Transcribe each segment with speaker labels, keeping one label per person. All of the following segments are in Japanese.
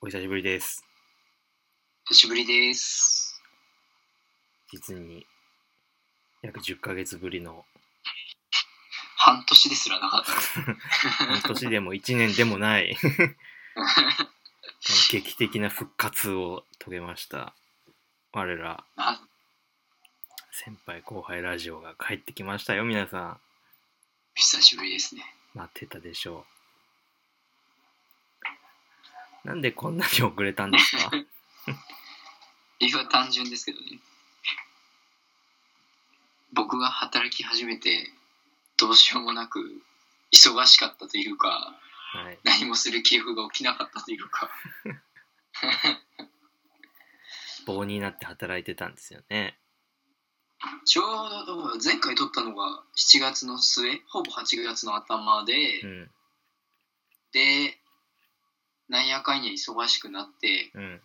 Speaker 1: お久しぶりです。
Speaker 2: 久しぶりです。
Speaker 1: 実に約10ヶ月ぶりの、
Speaker 2: 半年ですらなかった。
Speaker 1: 半年でも1年でもない、 劇的な復活を遂げました。我ら、
Speaker 2: な
Speaker 1: 先輩後輩ラジオが帰ってきましたよ、皆さ
Speaker 2: 久しぶりですね。
Speaker 1: ん。待ってたでしょう。なんでこんなに遅れたんですか
Speaker 2: 理由は単純ですけどね。僕が働き始めて、どうしようもなく、忙しかったというか、
Speaker 1: はい。
Speaker 2: 何もする気力が起きなかったというか、
Speaker 1: 棒になって働いてたんですよね。
Speaker 2: ちょうど前回撮ったのが7月の末、ほぼ8月の頭で、
Speaker 1: うん、
Speaker 2: で、なんやかんや忙しくなって、
Speaker 1: うん、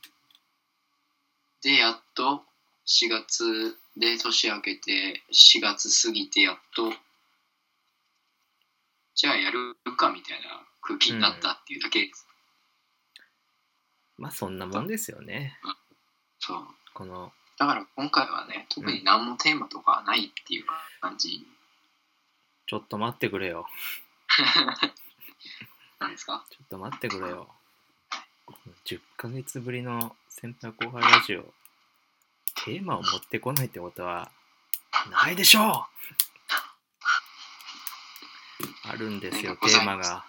Speaker 2: で、やっと4月で年明けて4月過ぎてやっとじゃあやるかみたいな空気になったっていうだけです、
Speaker 1: まあそんなもんですよね。
Speaker 2: そう
Speaker 1: この、
Speaker 2: だから今回はね特に何もテーマとかないっていう感 じ
Speaker 1: ちょっと待ってくれよ。
Speaker 2: なんですか、
Speaker 1: ちょっと待ってくれよ。10ヶ月ぶりの先輩後輩ラジオ、テーマを持ってこないってことは、ないでしょうあるんですよ、テーマが。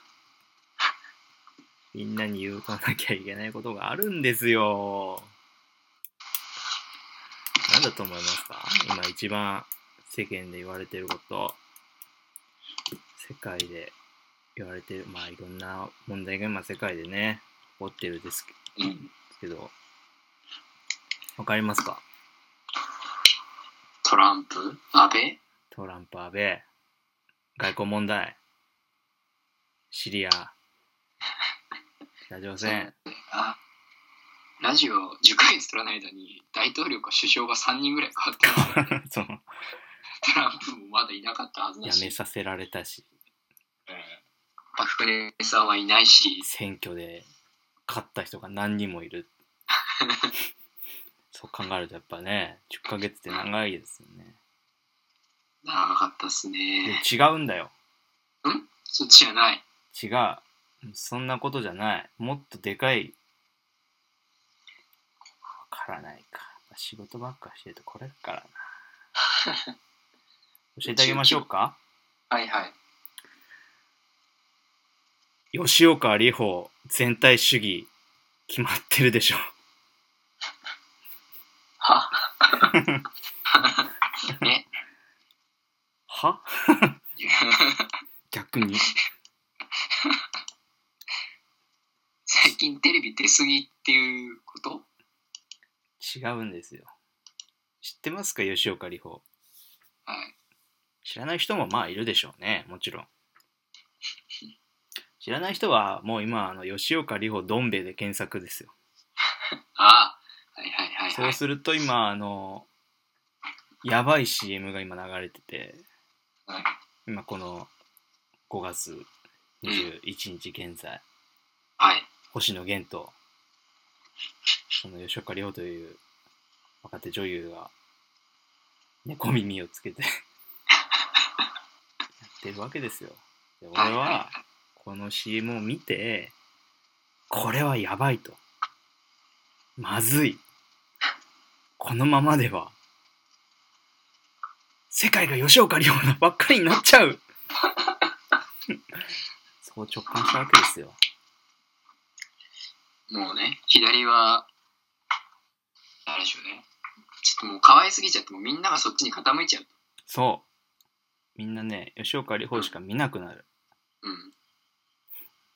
Speaker 1: みんなに言うかなきゃいけないことがあるんですよ。なんだと思いますか今一番世間で言われてること、世界で言われてる、まあいろんな問題が今世界でね、起こってるです
Speaker 2: うん、
Speaker 1: けど、わかりますか
Speaker 2: トランプ安倍
Speaker 1: トランプ、安倍、外交問題、シリア、北朝鮮、
Speaker 2: あラジオ10ヶ月取らない間に大統領か首相が3人ぐらい変わったから
Speaker 1: そう
Speaker 2: トランプもまだいなかったはずだ
Speaker 1: や
Speaker 2: し
Speaker 1: めさせられたし、
Speaker 2: バックネさんはいないし
Speaker 1: 選挙で勝った人が何人もい る。そう考えるとやっぱね、10ヶ月って長いですよね。
Speaker 2: 長かったっすね
Speaker 1: で違うんだよ。
Speaker 2: そっちじゃない。
Speaker 1: 違う。そんなことじゃない。もっとでかい。わからないか。仕事ばっかしてるとこれだからな。 教えてあげましょうか。
Speaker 2: はいはい。
Speaker 1: 吉岡里帆全体主義決まってるでしょ。
Speaker 2: はえ
Speaker 1: は逆に。
Speaker 2: 最近テレビ出過ぎっていうこと
Speaker 1: 違うんですよ。知ってますか吉岡里帆。
Speaker 2: はい。
Speaker 1: 知らない人もまあいるでしょうね。もちろん。知らない人はもう今、あの吉岡里帆どん兵衛で検索ですよ。
Speaker 2: ああ、はいはいはい、
Speaker 1: そ
Speaker 2: は
Speaker 1: う
Speaker 2: い。
Speaker 1: すると今あのやばい CM が今流れてて
Speaker 2: はい
Speaker 1: 今この5月21日現在、
Speaker 2: はい。
Speaker 1: 星野源とその吉岡里帆という若手女優が猫耳をつけて やってるわけですよで俺
Speaker 2: はい
Speaker 1: はこの CM を見てこれはやばいとまずいこのままでは世界が吉岡里帆ばっかりになっちゃう そう直感したわけですよ
Speaker 2: もうね、左は、あれでしょうね。ちょっともう可愛すぎちゃって、もうみんながそっちに傾いちゃう。
Speaker 1: そう。みんなね、吉岡里帆しか見なくなる。
Speaker 2: うん。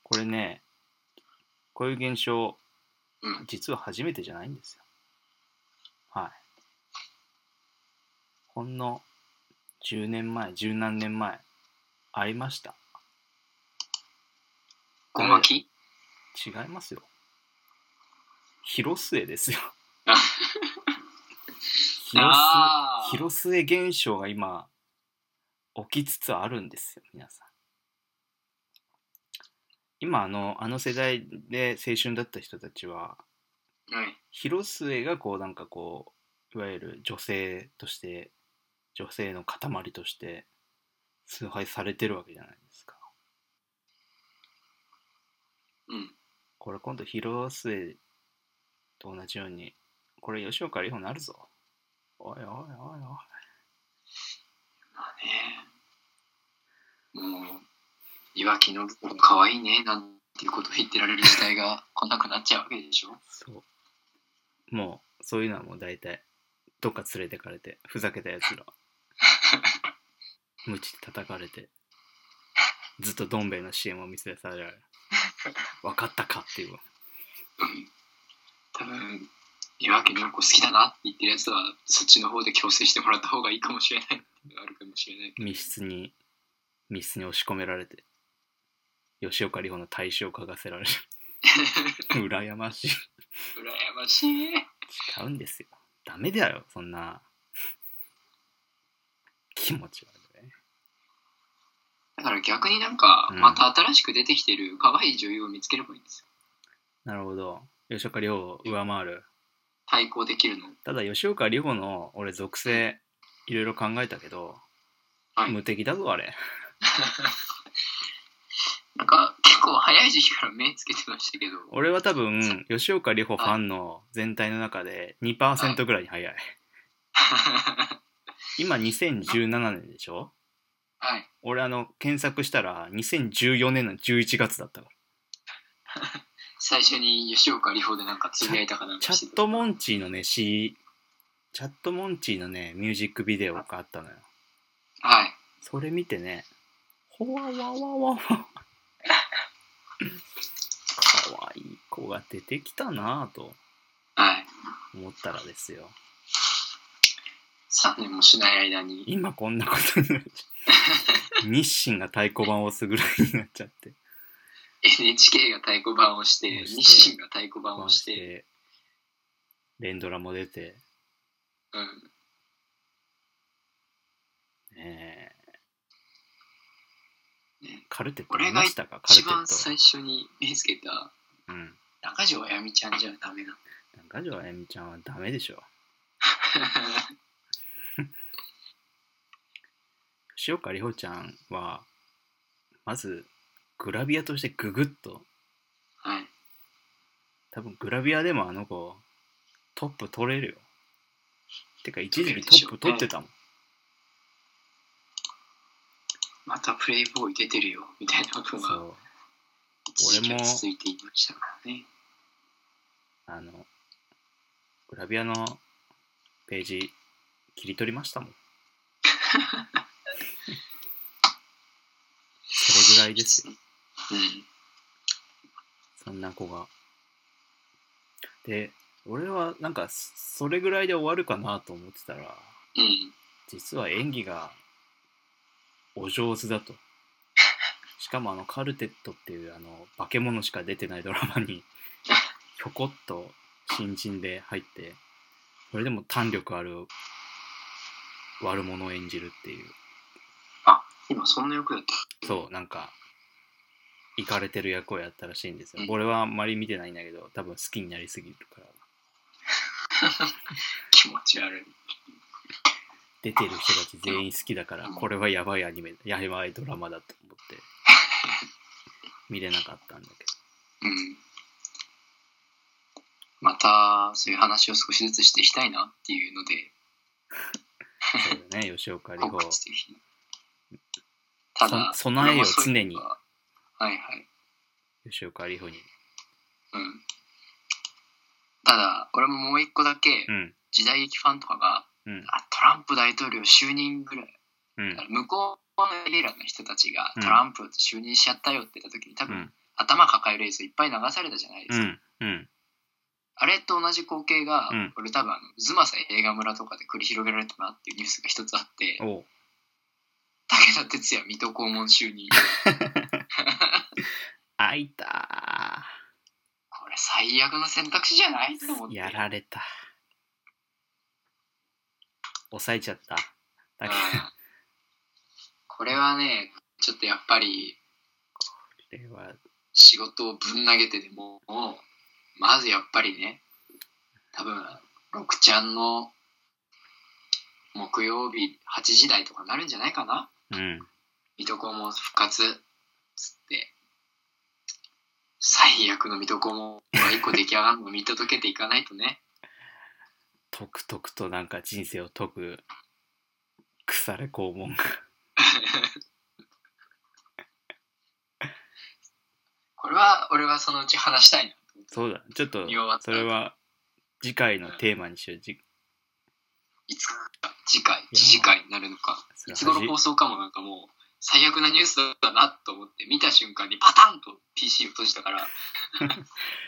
Speaker 1: これね、こういう現象、
Speaker 2: うん
Speaker 1: 実は初めてじゃないんですよ。はい。ほんの10年前、十何年前、ありました。
Speaker 2: ごまき
Speaker 1: 違いますよ。広末です よ。
Speaker 2: あ
Speaker 1: 広末
Speaker 2: あー
Speaker 1: 広末現象が今、起きつつあるんですよ、皆さん。今あのあの世代で青春だった人たちは
Speaker 2: はい。
Speaker 1: 広末がこうなんかこういわゆる女性として女性の塊として崇拝されてるわけじゃないですか
Speaker 2: うん。
Speaker 1: これ今度広末と同じようにこれ吉岡里帆なるぞおいおいおいおい
Speaker 2: まあね。もう、いわきのぶこかわいいね、なんていうことを言ってられる時代が来なくなっちゃうわけでしょ。
Speaker 1: そうもうそういうのはもう大体どっか連れてかれてふざけたやつら無知叩かれてずっとどん兵衛の CM を見せされられる分かったかっていうわ
Speaker 2: うん。多分、いわきのぶこ好きだなって言ってるやつは、そっちの方で強制してもらった方がいいかもしれない。あるかもしれないけど。
Speaker 1: 密室に密室に押し込められて吉岡里帆の大志を嗅がせられる羨ましい
Speaker 2: 羨ましい。
Speaker 1: 違うんですよダメだよそんな気持ち悪いね
Speaker 2: だから逆になんか、
Speaker 1: うん
Speaker 2: また新しく出てきてる可愛い女優を見つければいいんですよ。
Speaker 1: なるほど吉岡里帆を上回る
Speaker 2: 対抗できるの。
Speaker 1: ただ吉岡里帆の俺属性いろいろ考えたけど、
Speaker 2: はい
Speaker 1: 無敵だぞあれ
Speaker 2: なんか、結構早い時期から目つけてましたけど。
Speaker 1: 俺は多分吉岡里帆ファンの全体の中で2%ぐらいに早い今2017年でしょ
Speaker 2: はい。
Speaker 1: 俺あの検索したら2014年の11月だったから
Speaker 2: 最初に吉岡里帆でなんかつぶやいたかなん
Speaker 1: チ
Speaker 2: か
Speaker 1: ャ
Speaker 2: して
Speaker 1: ットモンチーのねしチャットモンチーのねミュージックビデオがあったのよ
Speaker 2: はい。
Speaker 1: それ見てねほわわわわわかわいい子が出てきたなぁと
Speaker 2: はい。
Speaker 1: 思ったらですよ
Speaker 2: 3年もしない間に。
Speaker 1: 今こんなことになっちゃう日清が太鼓判を押すぐらいになっちゃって
Speaker 2: NHK が太鼓判をして、
Speaker 1: 押して
Speaker 2: 日清が太鼓判をして、
Speaker 1: 連ドラも出て
Speaker 2: うん。
Speaker 1: ねえ
Speaker 2: ね
Speaker 1: カルテット
Speaker 2: 俺が
Speaker 1: 見ましたかカル
Speaker 2: 一
Speaker 1: テッ
Speaker 2: 番
Speaker 1: ト
Speaker 2: 最初に目つけた
Speaker 1: うん
Speaker 2: 中条あやみちゃんじゃダメなの。
Speaker 1: 中条あやみちゃんはダメでしょ吉岡里帆ちゃんはまずグラビアとしてググッと
Speaker 2: はい。
Speaker 1: 多分グラビアでもあの子トップ取れるよてか一時期
Speaker 2: 取れる
Speaker 1: ト
Speaker 2: でしょ
Speaker 1: ップ取ってたもん
Speaker 2: またプレイボーイ出てるよ、みたいなこ
Speaker 1: そ
Speaker 2: とが
Speaker 1: う
Speaker 2: 一時期
Speaker 1: 俺
Speaker 2: は
Speaker 1: も
Speaker 2: 続いていましたからね。
Speaker 1: あのグラビアのページ切り取りましたもんそれぐらいですよ
Speaker 2: うん。
Speaker 1: そんな子が。で、俺はなんかそそれぐらいで終わるかなと思ってたら、
Speaker 2: うん。
Speaker 1: 実は演技がお上手だと。しかもあのカルテットっていうあの化け物しか出てないドラマにひょこっと新人で入って、それでも胆力ある悪者を演じるっていう。
Speaker 2: あ、今そんな役だった。
Speaker 1: そう、なんか、行かれてる役をやったらしいんですよ。
Speaker 2: うん
Speaker 1: 俺はあんまり見てないんだけど、多分好きになりすぎるから。
Speaker 2: 気持ち悪い。
Speaker 1: 出てる人たち全員好きだから、
Speaker 2: うん
Speaker 1: これはやばいアニメ、やばいドラマだと思 って、見れなかったんだけ
Speaker 2: うん。また、そういう話を少しずつしていきたいなっていうので、
Speaker 1: ど、そうだね、吉岡里
Speaker 2: 今
Speaker 1: 帆
Speaker 2: 回。ぜひただ、
Speaker 1: そ備えを常に
Speaker 2: 俺もそういうのがはいはい。
Speaker 1: 吉岡里帆に。
Speaker 2: うん。ただ、俺ももう一個だけ、
Speaker 1: うん、
Speaker 2: 時代劇ファンとかが、
Speaker 1: うん、
Speaker 2: あトランプ大統領就任ぐらい、
Speaker 1: うん、
Speaker 2: 向こうのエリアの人たちが
Speaker 1: うん
Speaker 2: トランプ就任しちゃったよって言った時に、多
Speaker 1: う
Speaker 2: 分、
Speaker 1: ん、
Speaker 2: 頭抱える映像いっぱい流されたじゃないで
Speaker 1: う
Speaker 2: すか。
Speaker 1: ん、うん、
Speaker 2: あれと同じ光景が、
Speaker 1: うん
Speaker 2: 俺多分あのズマサ映画村とかで繰り広げられたなっていうニュースが一つあって
Speaker 1: おう
Speaker 2: 武田鉄矢水戸黄門就任
Speaker 1: あいた
Speaker 2: これ最悪の選択肢じゃないと思っ
Speaker 1: ー
Speaker 2: て
Speaker 1: やられた。抑えちゃった。
Speaker 2: うん
Speaker 1: だけど
Speaker 2: これはねちょっとやっぱり
Speaker 1: これは
Speaker 2: 仕事をぶん投げてでももうまずやっぱりね多分六ちゃんの木曜日8時台とかなるんじゃないかな
Speaker 1: うん。
Speaker 2: 水戸黄門復活っつって最悪の水戸黄門は一個出来上がるのを見届けていかないとね
Speaker 1: とくとくとなんか人生を解く腐れ肛門が
Speaker 2: これは俺はそのうち話したいな
Speaker 1: そうだちょっと
Speaker 2: 見終わった
Speaker 1: それは次回のテーマにしようじ
Speaker 2: いつか次回次次回になるのか
Speaker 1: そ
Speaker 2: い
Speaker 1: れ
Speaker 2: つ頃
Speaker 1: 恥
Speaker 2: 放送かもなんかもう最悪なニュースだなと思って見た瞬間にパタンと PC を閉じ たから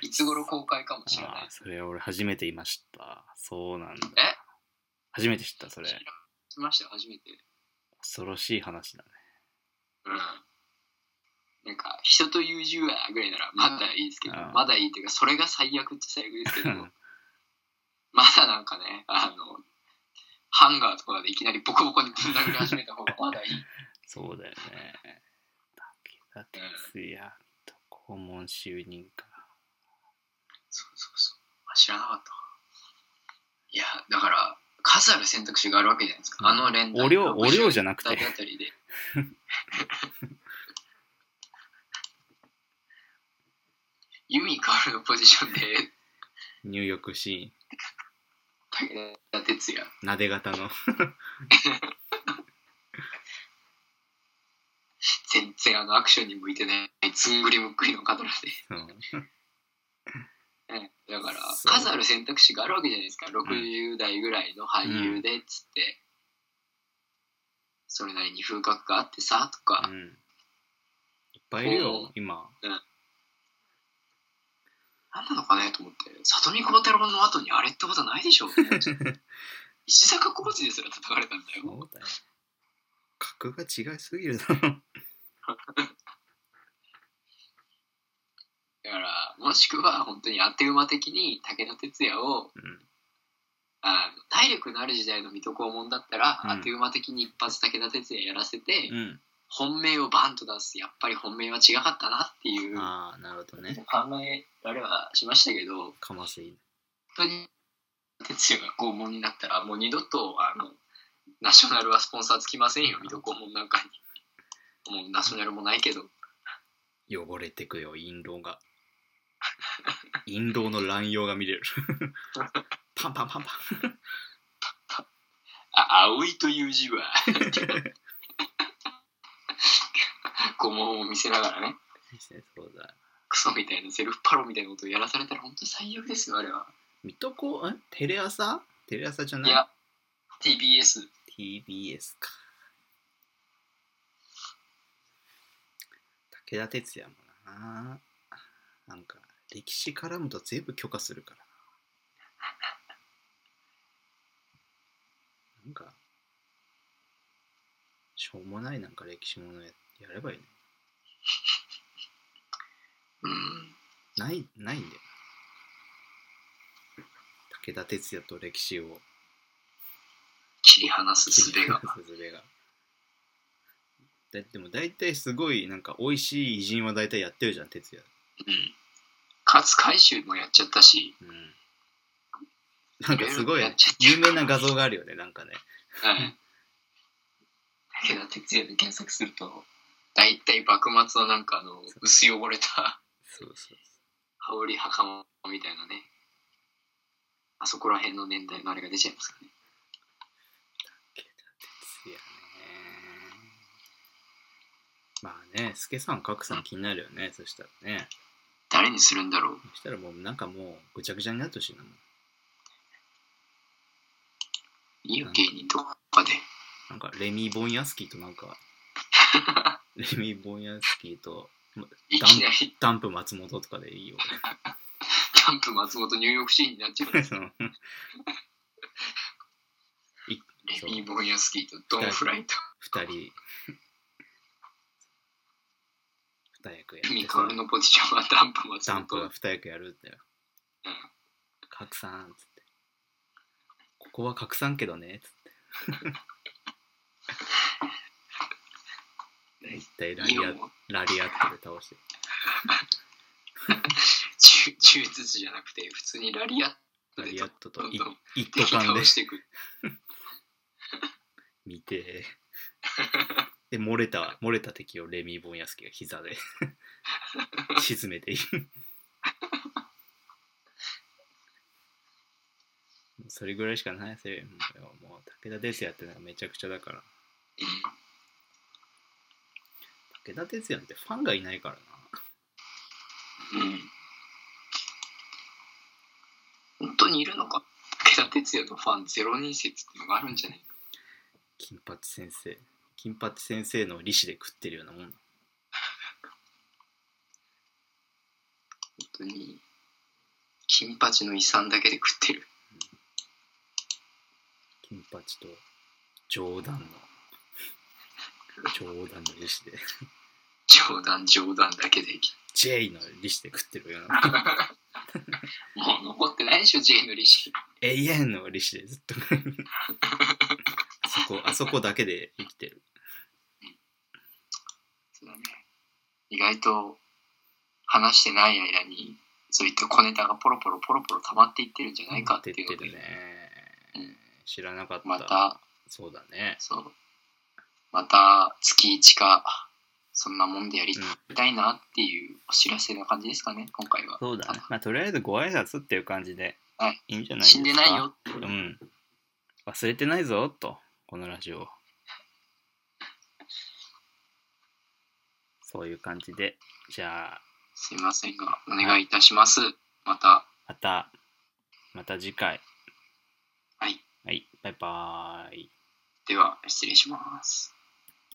Speaker 2: いつ頃公開かもしれな
Speaker 1: あ
Speaker 2: い
Speaker 1: あそれ俺初めて言いましたそうなんだ
Speaker 2: え
Speaker 1: 初めて知ったそれ
Speaker 2: 知ら知りました初めて
Speaker 1: 恐ろしい話だね
Speaker 2: うんなんか人と優柔やぐらいならまだいいですけど
Speaker 1: うん
Speaker 2: まだいいっていうかそれが最悪っちゃ最悪ですけど
Speaker 1: うん
Speaker 2: まだなんかねあのハンガーとかでいきなりボコボコにぶん殴り始めた方がまだいい
Speaker 1: そうだよね武田鉄矢と肛門就任か
Speaker 2: そうそうそうあ知らなかったいやだから数ある選択肢があるわけじゃないです
Speaker 1: う
Speaker 2: か、
Speaker 1: ん
Speaker 2: あの連
Speaker 1: お料お料じゃなくて
Speaker 2: あたりで ユミカールのポジションで
Speaker 1: 入浴シ
Speaker 2: 武田鉄矢
Speaker 1: ーン撫で型の
Speaker 2: 全然あのアクションに向いてないずんぐりむっくりの
Speaker 1: う
Speaker 2: 刀
Speaker 1: ん
Speaker 2: で、ね、だから
Speaker 1: そう
Speaker 2: 数ある選択肢があるわけじゃないですか60代ぐらいの俳優でっつって、それなりに風格 があってさとか、
Speaker 1: うんいっぱいいる
Speaker 2: お
Speaker 1: よ
Speaker 2: ー
Speaker 1: 今
Speaker 2: なんなのかねと思って里見孝太郎の後にあれってことないでしょって思っちゃった 石坂浩二ですら叩かれたんだ
Speaker 1: そう
Speaker 2: よ
Speaker 1: だよ。格が違いすぎるだろ。
Speaker 2: だからもしくは本当に当て馬的に武田鉄矢を
Speaker 1: うん。
Speaker 2: あの体力のある時代の水戸黄門だったら、
Speaker 1: うん
Speaker 2: 当て馬的に一発武田鉄矢やらせて、
Speaker 1: うん。
Speaker 2: 本命をバンと出すやっぱり本命は違かったなっていう考
Speaker 1: ああ、なるほどね。
Speaker 2: えられはしましたけど本
Speaker 1: かませい。
Speaker 2: 当に哲也が拷問になったらもう二度とあのナショナルはスポンサーつきませんよ水戸拷問なんかにもうナショナルもないけど
Speaker 1: 汚れてくよ、陰謀が。陰謀の乱用が見れ る。パンパンパンパ
Speaker 2: あ葵という字は 拷問を見せながらね
Speaker 1: ン。そうだ。
Speaker 2: クソみたいなセルフパロみたいなことをやらされたら本当最悪ですよあれは
Speaker 1: 水戸黄、えテレ朝テレ朝じゃ
Speaker 2: い
Speaker 1: ない
Speaker 2: や TBS
Speaker 1: ?TBS か。武田鉄矢もな。なんか、歴史絡むと全部許可するからな。なんか、しょうもないなんか歴史ものややればいいね。
Speaker 2: うん
Speaker 1: ない、ないんだよな。武田鉄矢と歴史を
Speaker 2: 切り離す術 が
Speaker 1: スズメが。だでも大体すごいなんか美味しい偉人は大体やってるじゃん、哲也。
Speaker 2: うん勝海舟もやっちゃったし、
Speaker 1: うん。なんかすごい
Speaker 2: やっちゃった
Speaker 1: 有名な画像があるよね、なんかね。
Speaker 2: はい。武田鉄矢で検索すると、大体幕末のなんかあの、薄汚れた
Speaker 1: そうそうそ
Speaker 2: 羽織袴みたいなね、あそこら辺の年代のあれが出ちゃいますかね。
Speaker 1: う。哲也ね。まあね、助さん、格さん気になるよね、そしたらね。
Speaker 2: 誰にするんだろう。
Speaker 1: そしたらもうなんかもうぐちゃぐちゃになってほしいな、もう
Speaker 2: いいよ、芸人とかで。
Speaker 1: なんかレミ・ボンヤスキーとなん か、レミ・ボンヤスキーと
Speaker 2: いきなり、
Speaker 1: ダンプ松本とかでいいよ。
Speaker 2: キャンプ松本入浴シーンになっちゃう。レ
Speaker 1: その
Speaker 2: ミー・ボンヤスキーとドン・フライと、
Speaker 1: 二人二役やっ
Speaker 2: ミ
Speaker 1: て
Speaker 2: カルのポジションはダンプ松
Speaker 1: ダンプ
Speaker 2: 本
Speaker 1: が。二役やるんだよ
Speaker 2: うん
Speaker 1: 拡散っつってここは拡散けどねっつって一体ラリ
Speaker 2: イオ
Speaker 1: ア
Speaker 2: ンを
Speaker 1: ラリアットで倒して
Speaker 2: 中中筒じゃなくて普通にラリアット
Speaker 1: ラ
Speaker 2: で
Speaker 1: リアットとい
Speaker 2: どんどん
Speaker 1: 一
Speaker 2: 敵
Speaker 1: 斗缶
Speaker 2: 倒
Speaker 1: で
Speaker 2: していく
Speaker 1: 見てで漏れた漏れた敵をレミー・ボンヤスキが膝で沈めているそれぐらいしかないですよもうもう武田鉄矢ってのはめちゃくちゃだから武田鉄矢ってファンがいないからな
Speaker 2: うん本当にいるのか武田鉄矢のファンゼロ人説っていうのがあるんじゃない
Speaker 1: 金八先生金八先生の利子で食ってるようなもん
Speaker 2: 本当に金八の遺産だけで食ってる
Speaker 1: 金八と冗談の冗談の利子で
Speaker 2: 冗談冗談だけで
Speaker 1: J の利子で食ってるようなもん
Speaker 2: もう残ってないでしょ J の利子
Speaker 1: 永遠の利子でずっとそこあそこだけで生きてる
Speaker 2: そうだね意外と話してない間にそういった小ネタがポロポロポロポロ溜まっていってるんじゃないかって
Speaker 1: 出
Speaker 2: い
Speaker 1: て
Speaker 2: うの
Speaker 1: る
Speaker 2: で
Speaker 1: ね知らなかった
Speaker 2: また
Speaker 1: そうだね
Speaker 2: そうまた月1かそんなもんでやりたいなっていうお知らせな感じですかね今回は
Speaker 1: そうだねまあとりあえずご挨拶っていう感じで
Speaker 2: はい
Speaker 1: いいんじゃないですか
Speaker 2: 死んでないよ
Speaker 1: うん忘れてないぞとこのラジオをそういう感じでじゃあ
Speaker 2: すいませんがお願いいたしますまた
Speaker 1: またまた次回
Speaker 2: はい
Speaker 1: はいバイバーイ
Speaker 2: では失礼します